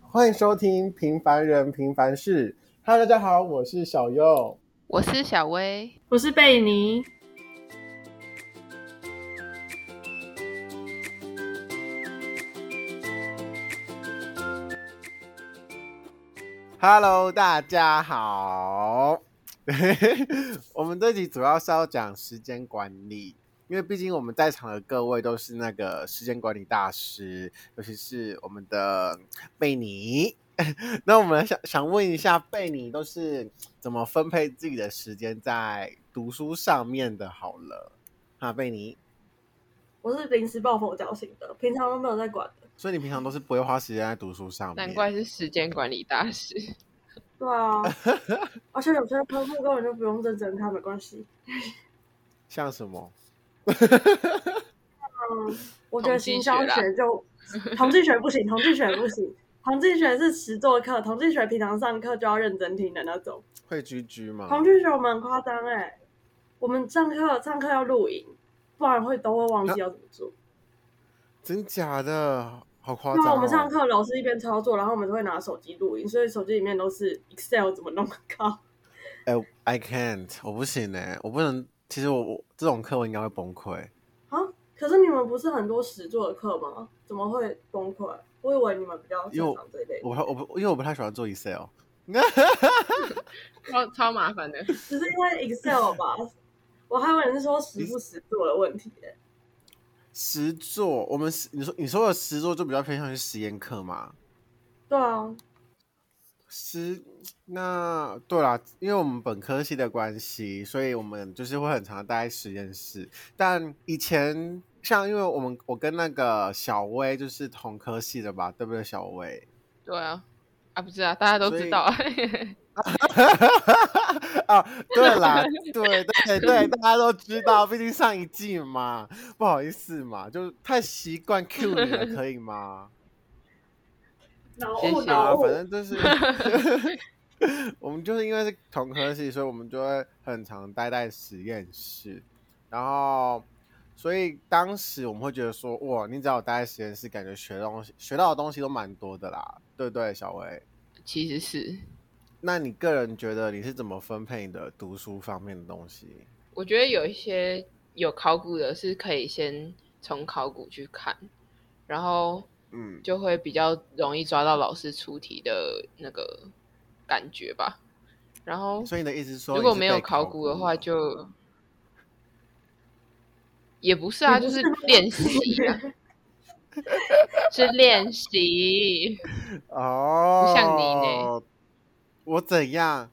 欢迎收听《平凡人平凡事》。Hello，大家好，我是小优。我是小薇，我是贝尼。 Hello，大家好。 我们这集主要是要讲时间管理，因为毕竟我们在场的各位都是那个时间管理大师，尤其是我们的贝尼。 那我们想想问一下，贝尼都是怎么分配自己的时间在读书上面的？好了，哈，贝尼，我是临时抱佛脚型的，平常都没有在管的。所以你平常都是不会花时间在读书上面，难怪是时间管理大师。对啊， 而且有些科目根本就不用认真看，没关系。像什么？嗯，我觉得统计行销学啦 学就统计学不行，统计学不行，统计学是实作课，统计学平常上课就要认真听的那种。会居居哦吗？统计学我们很夸张哎，我们上课上课要录影，不然会都会忘记要怎么做。真假的，好啊夸张、哦！那啊我们上课老师一边操作，然后我们就会拿手机录音，所以手机里面都是 Excel 怎么 弄靠。哎、i can't，我不行哎、我不能。其实我我这种课我应该会崩溃。啊，可是你们不是很多实作的课吗？怎么会崩溃？我以为你们比较擅长这一类的，我不我不因为我不太喜欢做 Excel， 超超麻烦的，只是因为 Excel 吧。 我还以为你是说实不实作的问题、欸，实作我们实你说你说的实作就比较偏向于实验课嘛。对啊，实那对啦，因为我们本科系的关系，所以我们就是会很常待在实验室。但以前像因为我们我跟那个小薇就是同科系的吧，对不对？小薇，对啊，啊不是啊，大家都知道啊， 啊，对啦，对对对，大家都知道，毕竟上一季嘛，不好意思嘛，就太习惯 Q 你了，可以吗？脑谢雾谢啊，脑雾反，正就是 我们就是因为是同科系，所以我们就会很常待在实验室，然后所以当时我们会觉得说，哇，你只要有待在实验室，感觉学东西学到的东西都蛮多的啦，对不对，小薇。 其实是那你个人觉得你是怎么分配你的读书方面的东西？我觉得有一些有考古的是可以先从考古去看，然后嗯，就会比较容易抓到老师出题的那个感觉吧。然后所以你的意思是说，如果没有考古古的话就，也不是你啊，不就是是吗练习 啊，是练习。哦，不像你呢，我怎样？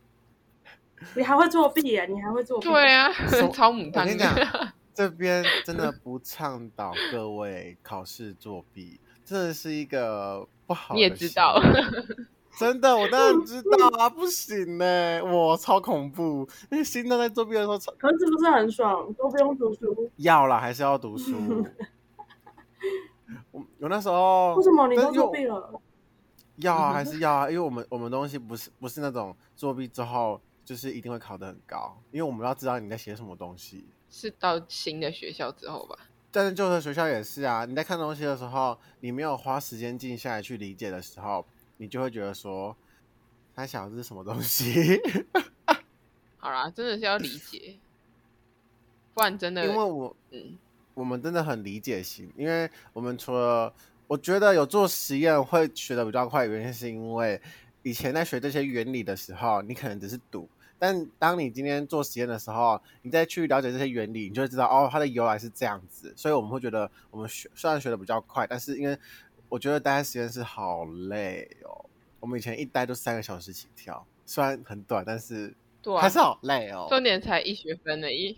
你还会作弊耶、你还会作弊，对 啊手，超母我汤跟的你讲，这边真的不倡导各位考试作弊，真的是一个不好的你也知道行为。 真的，我当然知道啊，不行呢、我超恐怖。那个心脏在作弊的时候，超可是不是很爽？都不用读书，要啦，还是要读 书。我我那时候为什么你但都是因为作弊了？要啊，还是要啊，因为我们我们东西不是不是那种作弊之后就是一定会考得很高，因为我们要知道你在写什么东西。 是到新的学校之后吧？但是就和学校也是啊，你在看东西的时候，你没有花时间静下来去理解的时候，你就会觉得说，他想这是什么东西？好啦，真的是要理解，不然真因的，为我嗯，我们真的很理解型，因为我们除了我觉得有做实验会学的比较快，原因是因为以前在学这些原理的时候，你可能只是读，但当你今天做实验的时候，你再去了解这些原理，你就会知道哦，它的由来是这样子。所以我们会觉得我们学虽然学的比较快，但是因为我觉得待在实验室好累哦，我们以前一待都三个小时起跳，虽然很短，但是对啊还是，好累哦。重点才一学分而已，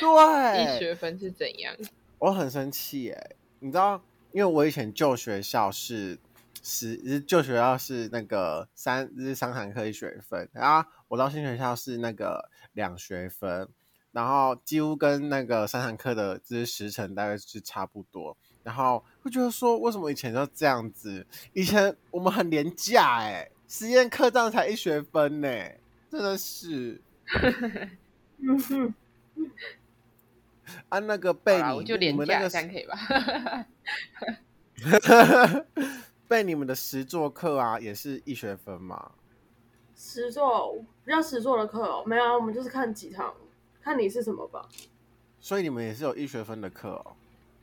对，一学分是怎样？我很生气耶、你知道，因为我以前旧学校是十，旧学校是那个三，就是三堂课一学分，然后我到新学校是那个两学分，然后几乎跟那个三堂课的就是时程大概是差不多，然后会觉得说，为什么以前要这样子？以前我们很廉价哎、实验课这样才一学分呢、真的是。嗯哼，啊，那个好被啦，你我就你廉们那价，个这样可以吧？ 被你们的实作课啊，也是一学分嘛？实作比较实作的课哦，没有啊，我们就是看几堂，看你是什么吧。所以你们也是有一学分的课哦。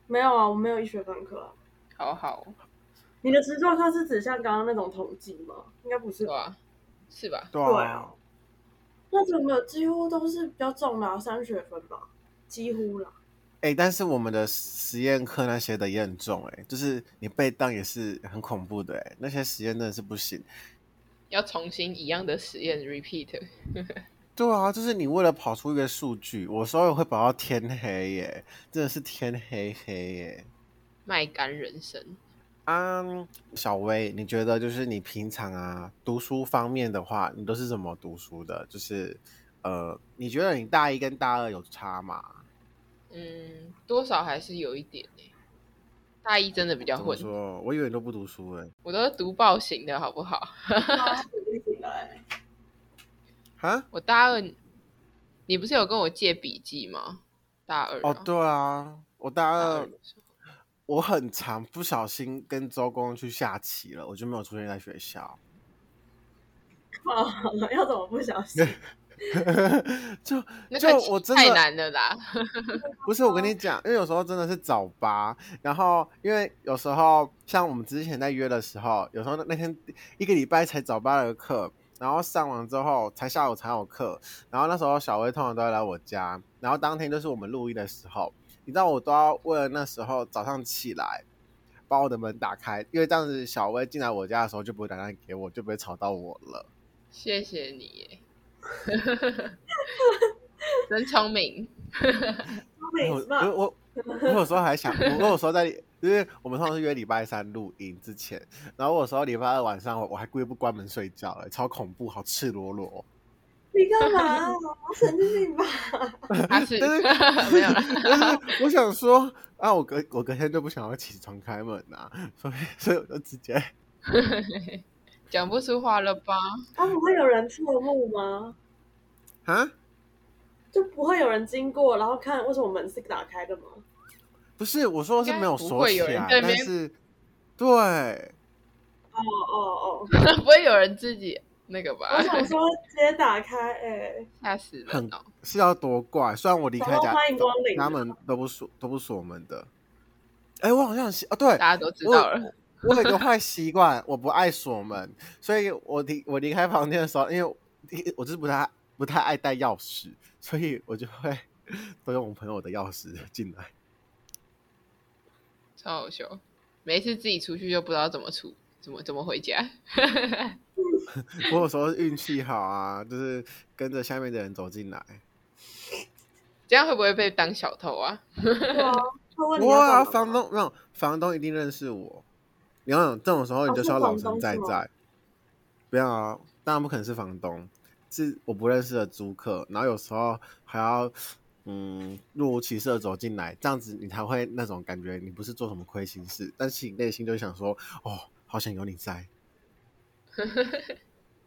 没有啊，我没有医学分课啊。好好，你的实作课是指像刚刚那种统计吗？应该不是对吧？吧？是吧？对对啊，那种的几乎都是比较重的、啊，三学分吧，几乎啦。哎、但是我们的实验课那些的也很重哎、就是你被当也是很恐怖的哎、那些实验真的是不行。要重新一样的实验 repeat，对啊，就是你为了跑出一个数据，我稍微会跑到天黑耶、真的是天黑黑耶、卖干人生。啊、小薇，你觉得就是你平常啊读书方面的话，你都是怎么读书的？就是呃，你觉得你大一跟大二有差吗？嗯，多少还是有一点欸大一真的比较怎么混，说？我以为你都不读书哎、我都是读报型的好不好？哈？我大二，你不是有跟我借笔记吗？大二啊、哦，对啊，我大大二二的时候我很常不小心跟周公去下棋了，我就没有出现在学校。好了，要怎么不小心？ 就那就个我真太的难了啦。不是我跟你讲，因为有时候真的是早八，然后因为有时候像我们之前在约的时候，有时候那那天一个礼拜才早八的课，然后上完之后才下午才有课，然后那时候小薇通常都会来我家，然后当天就是我们录音的时候，你知道我都要为了那时候早上起来把我的门打开，因为这样子小薇进来我家的时候就不会打电话给我，就不会吵到我了。谢谢你耶，真聪明。美我吧？我我我有时候还想，我有时候在，因为我们通常是约礼拜三录音之前，然后我有时候礼拜二晚上我我还故意不关门睡觉、欸，超恐怖，好赤裸哦裸。你干嘛？神经病吧？他是但是哦没有啦，但是 我想说啊，我隔我隔天就不想要起床开门啊，所以所以我就直接讲不出话了吧？ 啊，不会有人侧目吗？啊，就不会有人经过，然后看为什么门是打开的吗？不是我说的是没应该不锁会起有人来，在那但边是对，哦哦哦，不会有人自己那个吧我？想说直接打开，哎、吓死人哦很哦！是要多怪。虽然我离然开后家欢迎光临家门都不锁都不锁门的，哎、我好像是啊，对，大家都知我道了， 我有一个坏习惯，我不爱锁门，所以我离我离开房间的时候，因为我就是不太不太爱带钥匙，所以我就会都用我朋友的钥匙进来。超好笑。每一次自己出去就不知道怎么出，怎么怎么回家。我有时候运气好啊，就是跟着下面的人走进来。这样会不会被当小偷啊？对啊，他问你要哇，干嘛房东没有，房东一定认识我。你要想这种时候，你就是要老神在哦是房东是在吗。不要啊，当然不可能是房东，是我不认识的租客。然后有时候还要嗯若无其事的走进来，这样子你才会那种感觉，你不是做什么亏心事，但是你内心就想说，哦，好想有你在。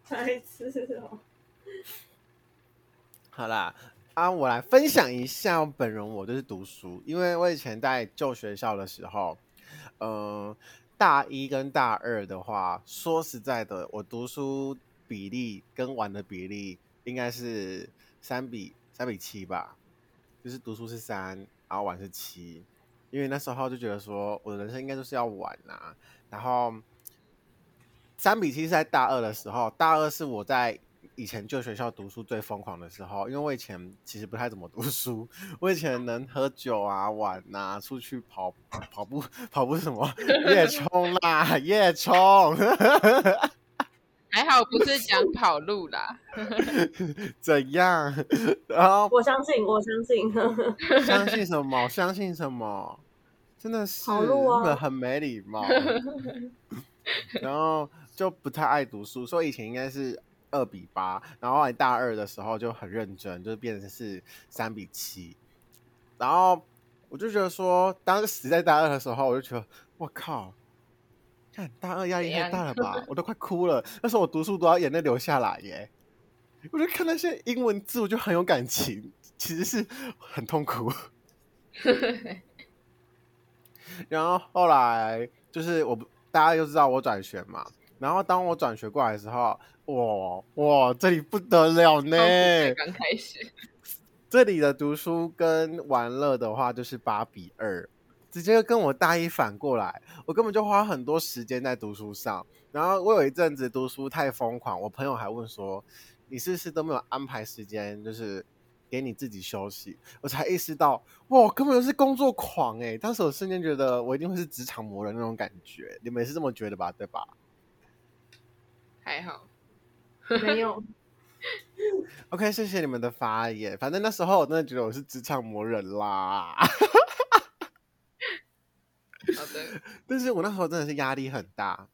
白痴哦。好啦，啊，我来分享一下我本人，我就是读书，因为我以前在旧学校的时候，嗯、大一跟大二的话，说实在的，我读书比例跟玩的比例应该是三比三比七吧，就是读书是三，然后玩是七，因为那时候就觉得说我的人生应该就是要玩啊，然后三比七是在大二的时候，大二是我在以前旧学校读书最疯狂的时候，因为我以前其实不太怎么读书， 我以前能喝酒啊、玩啊、出去跑跑步、 跑步什么夜冲啦、夜冲， 还好不是 讲跑路啦，怎样？ 然后我相信，我 相信，相信什么？相信什么？真的是跑路啊很很没礼貌。然后就不太爱读书，所以以前应该是二比八，然后后来大二的时候就很认真，就变成是三比七。然后我就觉得说，当时在大二的时候，我就觉得我靠，看大二压力太大了吧，我都快哭了。那时候我读书都要眼泪流下来耶，我就看那些英文字，我就很有感情，其实是很痛苦。然后后来就是我不大家就知道我转学嘛。然后当我转学过来的时候，哇哇，这里不得了呢！才刚开始，这里的读书跟玩乐的话就是八比二，直接跟我大一反过来，我根本就花很多时间在读书上。然后我有一阵子读书太疯狂，我朋友还问说：“你是不是都没有安排时间，就是给你自己休息？”我才意识到，哇，我根本就是工作狂哎、当时我瞬间觉得我一定会是职场魔人那种感觉，你们也是这么觉得吧？对吧？还好。没 有， OK，谢谢你们的发言。反正那时候我真的觉得我是职场魔人啦，好的，但是我那时候真的是压力很大，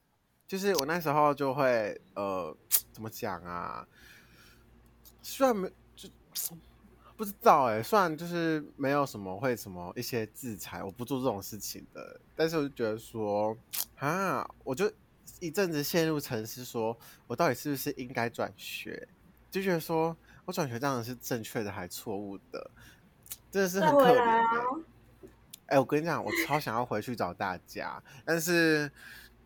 就是我那时候就会呃，怎么讲啊？虽然没就不知道哎、虽然就是没有什么会什么一些制裁，我不做这种事情的，但是我就觉得说啊，我就一阵子陷入沉思说，我到底是不是应该转学？就觉得说我转学这样是正确的还错误的，真的是再很可回怜、来欸啊。！哎、我跟你讲，我超想要回去找大家，但是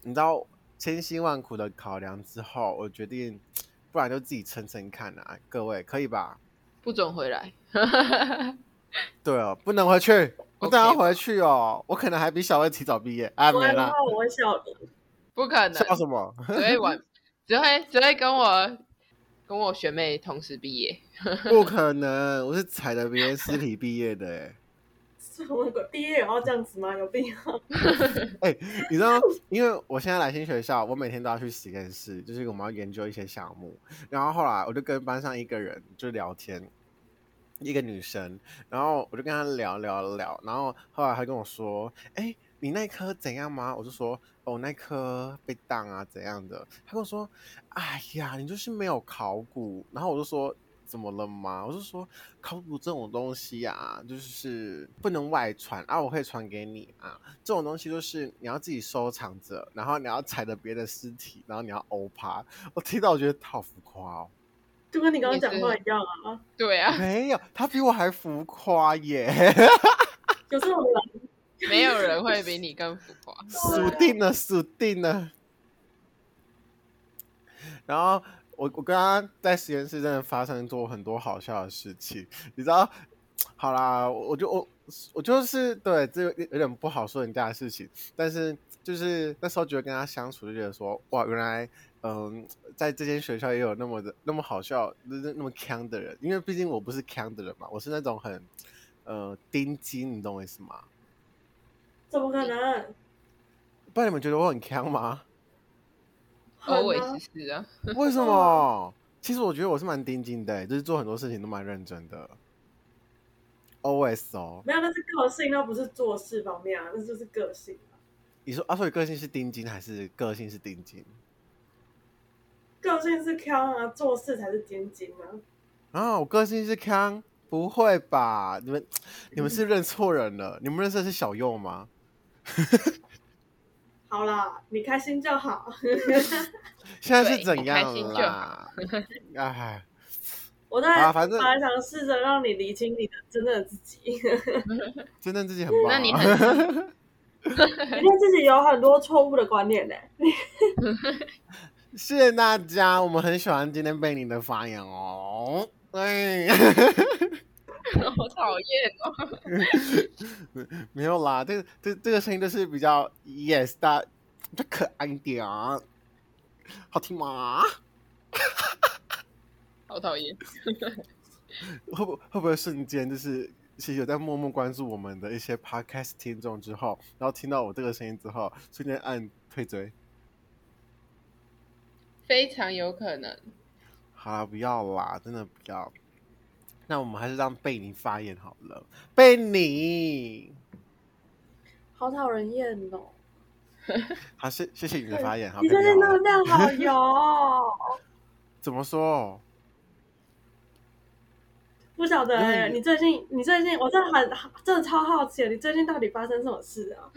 你知道千辛万苦的考量之后，我决定，不然就自己撑撑看啊，各位可以吧？不准回来。对哦，不能回去，我 OK 等下吧回去哦，我可能还比小薇提早毕业，啊，我没的啦话，，我小不可能，笑什么？只会晚，只会只会跟我跟我学妹同时毕业。不可能，我是踩着别人尸体毕业的、欸， 什么鬼？毕业也要这样子吗？有啊必要？哎、你知道，因为我现在来新学校，我每天都要去实验室，就是我们要研究一些项目。然后后来我就跟班上一个人就聊天，一个女生，然后我就跟她聊聊聊，然后后来她跟我说：“哎、你那科怎样吗？”我就说：“哦，那科被当啊，怎样的？”她跟我说：“哎呀，你就是没有考古。”然后我就说。怎么了吗？我就说考古这种东西啊，就是不能外传啊，我可以传给你啊。这种东西就是你要自己收藏着，然后你要踩着别人的尸体，然后你要欧趴。我听到我觉得他好浮夸哦，就跟你刚刚讲话一样啊，对啊，没有，他比我还浮夸耶，有这种人没有人会比你更浮 夸。数定了，数定了。然后我我跟他在实验室真的发生过很多好笑的事情，你知道？好啦，我我就我我就是对这有有点不好说人家的事情，但是就是那时候觉得跟他相处就觉得说，哇，原来嗯，在这间学校也有那么的那么好笑，那那么强的人，因为毕竟我不是强的人嘛，我是那种很呃钉金，你懂我意思吗？怎么可能？不然你们觉得我很强吗？很我也啊是是啊，为什么？其实我觉得我是蛮钉钉的、欸就是做很多事情都蛮认真的。OS 哦，没有，那是个性，那不是做事方面啊，那就是个性啊。你说啊，所以个性是钉钉还是个性是钉钉？个性是康啊，做事才是尖精啊。啊，我个性是康，不会吧？ 你们你们是认错人了？你们认识的是小右吗？好啦，你开心就好。 现在是对怎你开样心就啦？ 哎，我啊在反正还想试着让你理清你的真正的自己， 因真正自己很棒。那你很为自己有很多错误的观念呢、 谢谢大家，我们很喜欢今天贝宁的发言哦。哎。好讨厌哦， 没有啦，这个这这个声音就是比较 yes 大，比较可爱一点啊，好听吗？ 好讨厌。 会不会不会瞬间就是，其实有在默默关注我们的一些 podcast 听众之后，然后听到我这个声音之后，瞬间按退追，非常有可能，好啦，不要啦，真的不要。那我们还是让贝尼发言好了，贝尼，好讨人厌哦！好，谢谢谢你的发言，好，你最贝近尼好能量好油哦、怎么说？不晓得、因欸、为你你最近，你最近，我真的很真的超好奇，你最近到底发生什么 事啊？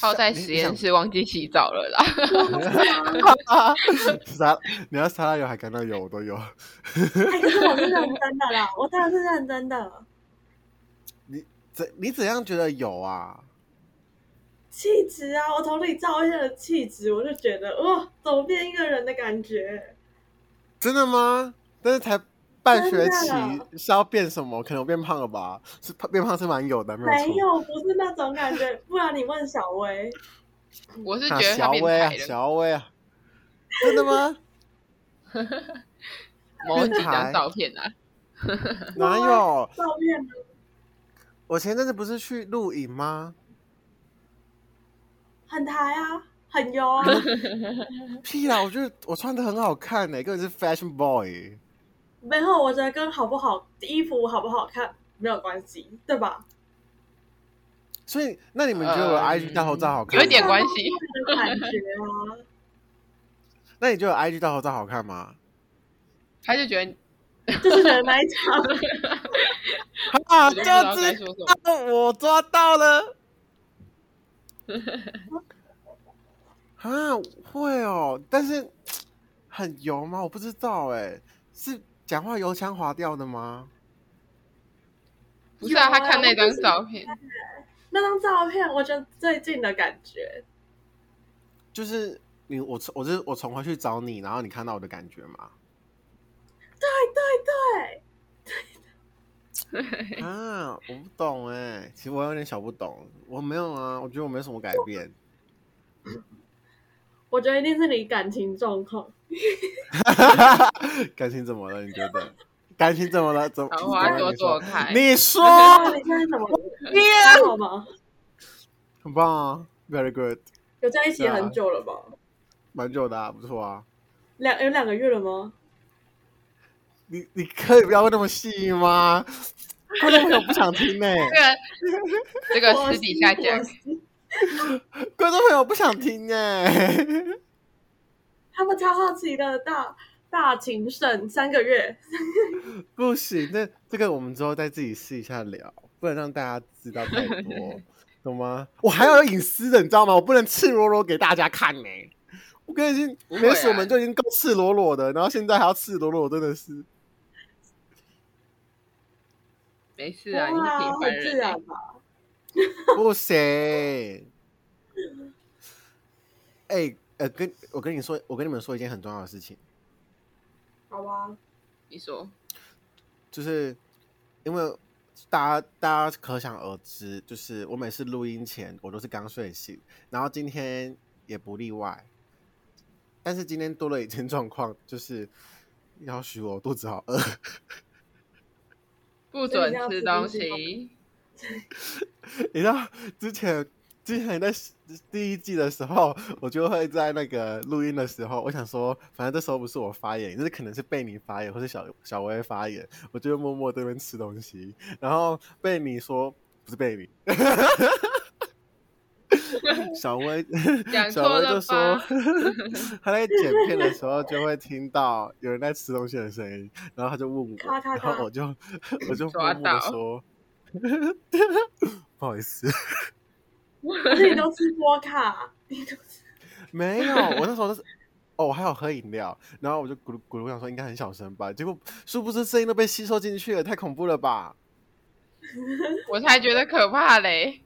泡在你实验。你室忘记洗澡了 啦。哎想 沙，你要沙拉油还干到油我都有。哎、可是我是认真的啦，我当然是认真的。怎你怎样觉得有啊？气质啊，我从里照一下的气质，我就觉得哇，走遍一个人的感觉。真的吗？但是才半真学的期是要变什么？可能我变胖了吧？是变胖是蛮有的，没有没错。有，不是那种 感觉。不然你问小薇，我是觉啊，得他小变薇啊，态了，小薇啊，真的吗？某变几态张照片啊，哪有？照片呢我前阵子不是去露营吗？很台啊，很油 啊。屁啦！我觉得我穿的很好看呢、根本是 fashion boy。没有，我觉得跟好不好衣服好不好看没有关系，对吧？所以，那你们觉得我的 IG 大头照好看吗？呃有一点关系。那种感觉啊，那你觉得我 IG 大头照好看吗？他就觉得就是觉得那一场啊，我就都不知道知道该说什么。哦我抓到了。啊，会哦，但是很油吗？我不知道哎、是讲话油腔滑调的吗？不是啊，有啊他看那张照片，那张照片，我觉得最近的感觉，就是你我从我是我重回去找你，然后你看到我的感觉吗？对啊，我不懂哎、其实我有点小不懂，我没有啊，我觉得我没什么改变。对，我觉得一定是你感情状况。感情怎么了？你觉得？感情怎么了？啊怎么？桃花朵朵怎么开了。你说，哦那你现在怎么了？你说还好吗？很棒啊，very good，有在一起很久了吧？蛮久的、啊，不错啊。两有两个月了吗？你你可以不要那么细吗？观众朋友不想听呢、这个这 个私底下我讲，是我是观众朋友不想听呢、 他们超好奇的大大情圣三个月，不行，那这个我们之后再自己试一下聊，不能让大家知道太多，懂吗？我还要有隐私的，你知道吗？我不能赤裸裸给大家看呢、我跟已经不会啊没锁门就已经够赤裸裸的，然后现在还要赤裸裸，真的是没事啊，你是哇，平凡很自人欸，然吧？不行。 哎、呃，跟我跟你说，我跟你们说一件很重要的事情，好吧，你说就是因为大家大家可想而知，就是我每次录音前我都是刚睡醒，然后今天也不例外。但是今天多了一件状况，就是要许我肚子好饿，不所准以你要吃吃东东西西， 你知道之前之前在第一季的时候，我就会在那个录音的时候，我想说，反正这时候不是我发言，就是可能是被你发言，或是小小薇发言，我就会默默在那边吃东西，然后被你说不是被你。小薇，讲小错薇了就说 吧她在剪片的时候就会听到有人在吃东西的声音，然后她就问我， 咔咔然后咔我就我就抓默默的到说，不好意思，而且你都吃波卡， 你都没有，我那时候都是，哦，我还有喝饮料，然后我就咕噜咕噜，我想说应该很小声吧，结果殊不知声音都被吸收进去了，太恐怖了吧！我才觉得可怕嘞。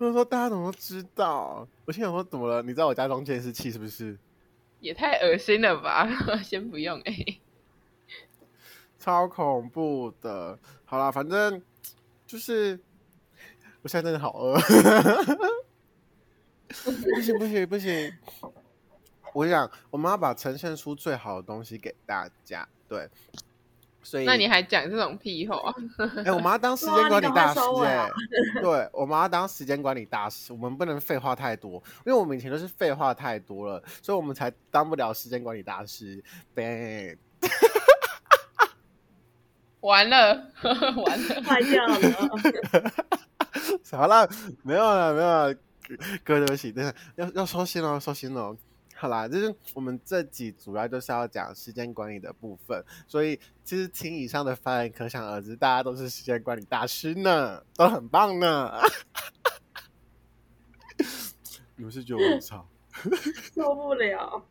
我说大家怎么都知道？我心想说怎么了？你在我家装监视器是不是？也太恶心了吧！ 先不用哎、超恐怖的。好啦，反正就是我现在真的好饿， 不行不行不行！我想我们要把呈现出最好的东西给大家，对。所以那你还讲这种屁话？哎、我们要当时哇间你管理赶快大师收尾哎、啊对，我们要当时间管理大师，我们不能废话太多，因为我们以前都是废话太多了，所以我们才当不了时间管理大师。对，完了， 完了！坏掉了。 好了，没有了，没有啊了，各位对不起，等一下要要收心哦，收心哦。好啦，就是我们这集主要就是要讲时间管理的部分，所以其实听以上的发言，可想而知，大家都是时间管理大师 呢，都很棒呢。 你们是觉得我很吵？受不了。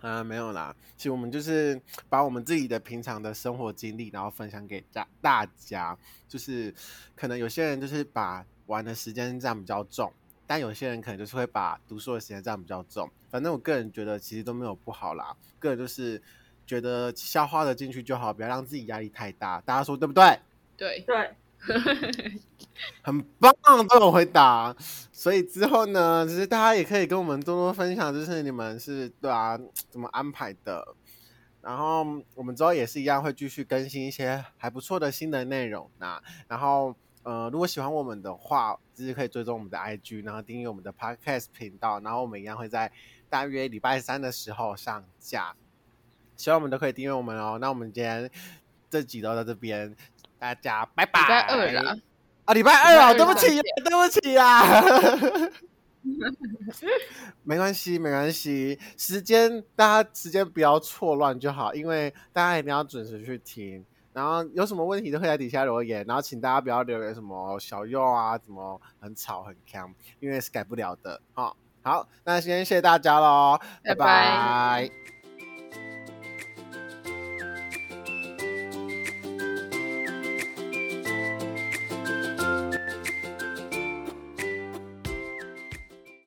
啊，没有啦，其实我们就是把我们自己的平常的生活经历，然后分享给大大家。就是可能有些人就是把玩的时间占比较重，但有些人可能就是会把读书的时间占比较重。反正我个人觉得其实都没有不好啦，个人就是觉得消化的进去就好，不要让自己压力太大。大家说对不对？对，对，很棒，这种回答。所以之后呢，其实大家也可以跟我们多多分享，就是你们是对啊怎么安排的。然后我们之后也是一样会继续更新一些还不错的新的内容那然后呃，如果喜欢我们的话，就是可以追踪我们的 IG，然后订阅我们的 Podcast 频道，然后我们一样会在大约礼拜三的时候上架。希望我们都可以订阅我们哦。那我们今天这集都到这边，大家拜拜。礼拜二啦，啊，礼拜二啊，礼拜对二不上起，对不起啊。 没关系，没关系，时间大家时间不要错乱就好，因为大家一定要准时去听。然后有什么问题都可以在底下留言，然后请大家不要留言什么小右啊，怎么很吵很强，因为是改不了的哦。好，那今天谢谢大家喽，拜拜拜